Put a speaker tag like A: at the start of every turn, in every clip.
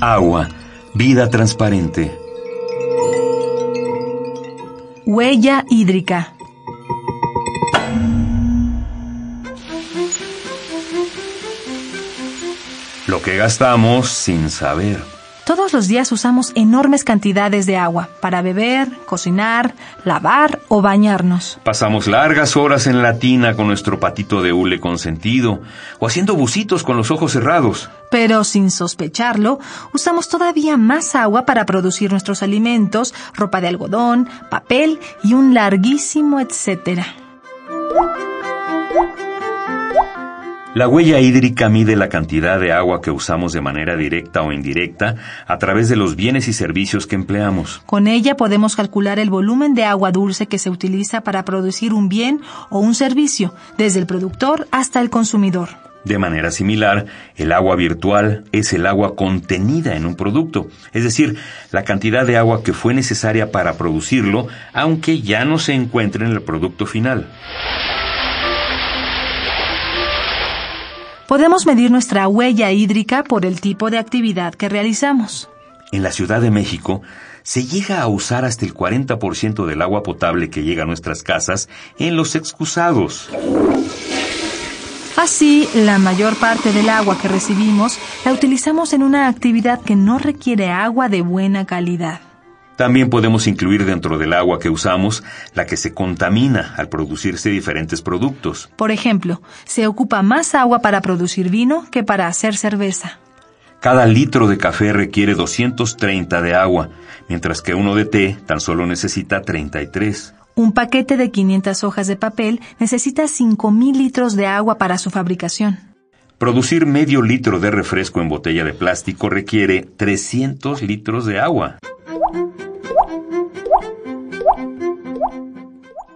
A: Agua, vida transparente.
B: Huella hídrica.
A: Lo que gastamos sin saber.
B: Todos los días usamos enormes cantidades de agua para beber, cocinar, lavar o bañarnos.
A: Pasamos largas horas en la tina con nuestro patito de hule consentido o haciendo bucitos con los ojos cerrados.
B: Pero sin sospecharlo, usamos todavía más agua para producir nuestros alimentos, ropa de algodón, papel y un larguísimo etcétera.
A: La huella hídrica mide la cantidad de agua que usamos de manera directa o indirecta a través de los bienes y servicios que empleamos.
B: Con ella podemos calcular el volumen de agua dulce que se utiliza para producir un bien o un servicio, desde el productor hasta el consumidor.
A: De manera similar, el agua virtual es el agua contenida en un producto, es decir, la cantidad de agua que fue necesaria para producirlo, aunque ya no se encuentre en el producto final.
B: Podemos medir nuestra huella hídrica por el tipo de actividad que realizamos.
A: En la Ciudad de México se llega a usar hasta el 40% del agua potable que llega a nuestras casas en los excusados.
B: Así, la mayor parte del agua que recibimos la utilizamos en una actividad que no requiere agua de buena calidad.
A: También podemos incluir dentro del agua que usamos la que se contamina al producirse diferentes productos.
B: Por ejemplo, se ocupa más agua para producir vino que para hacer cerveza.
A: Cada litro de café requiere 230 de agua, mientras que uno de té tan solo necesita 33.
B: Un paquete de 500 hojas de papel necesita 5.000 litros de agua para su fabricación.
A: Producir medio litro de refresco en botella de plástico requiere 300 litros de agua.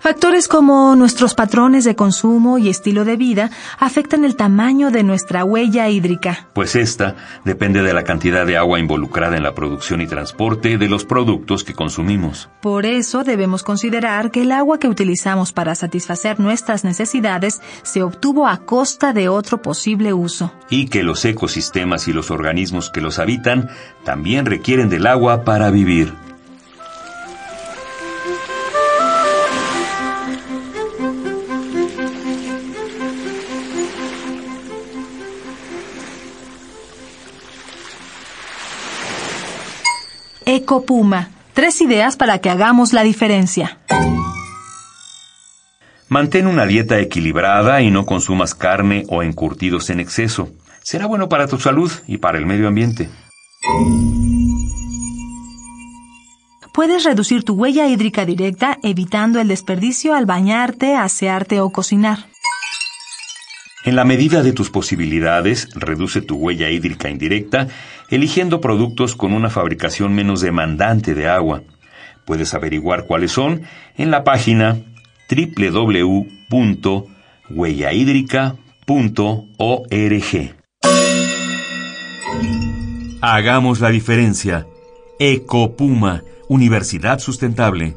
B: Factores como nuestros patrones de consumo y estilo de vida afectan el tamaño de nuestra huella hídrica.
A: Pues esta depende de la cantidad de agua involucrada en la producción y transporte de los productos que consumimos.
B: Por eso debemos considerar que el agua que utilizamos para satisfacer nuestras necesidades se obtuvo a costa de otro posible uso.
A: Y que los ecosistemas y los organismos que los habitan también requieren del agua para vivir.
B: Ecopuma. Tres ideas para que hagamos la diferencia.
A: Mantén una dieta equilibrada y no consumas carne o encurtidos en exceso. Será bueno para tu salud y para el medio ambiente.
B: Puedes reducir tu huella hídrica directa evitando el desperdicio al bañarte, asearte o cocinar.
A: En la medida de tus posibilidades, reduce tu huella hídrica indirecta eligiendo productos con una fabricación menos demandante de agua. Puedes averiguar cuáles son en la página www.huellahídrica.org. Hagamos la diferencia. Ecopuma, Universidad Sustentable.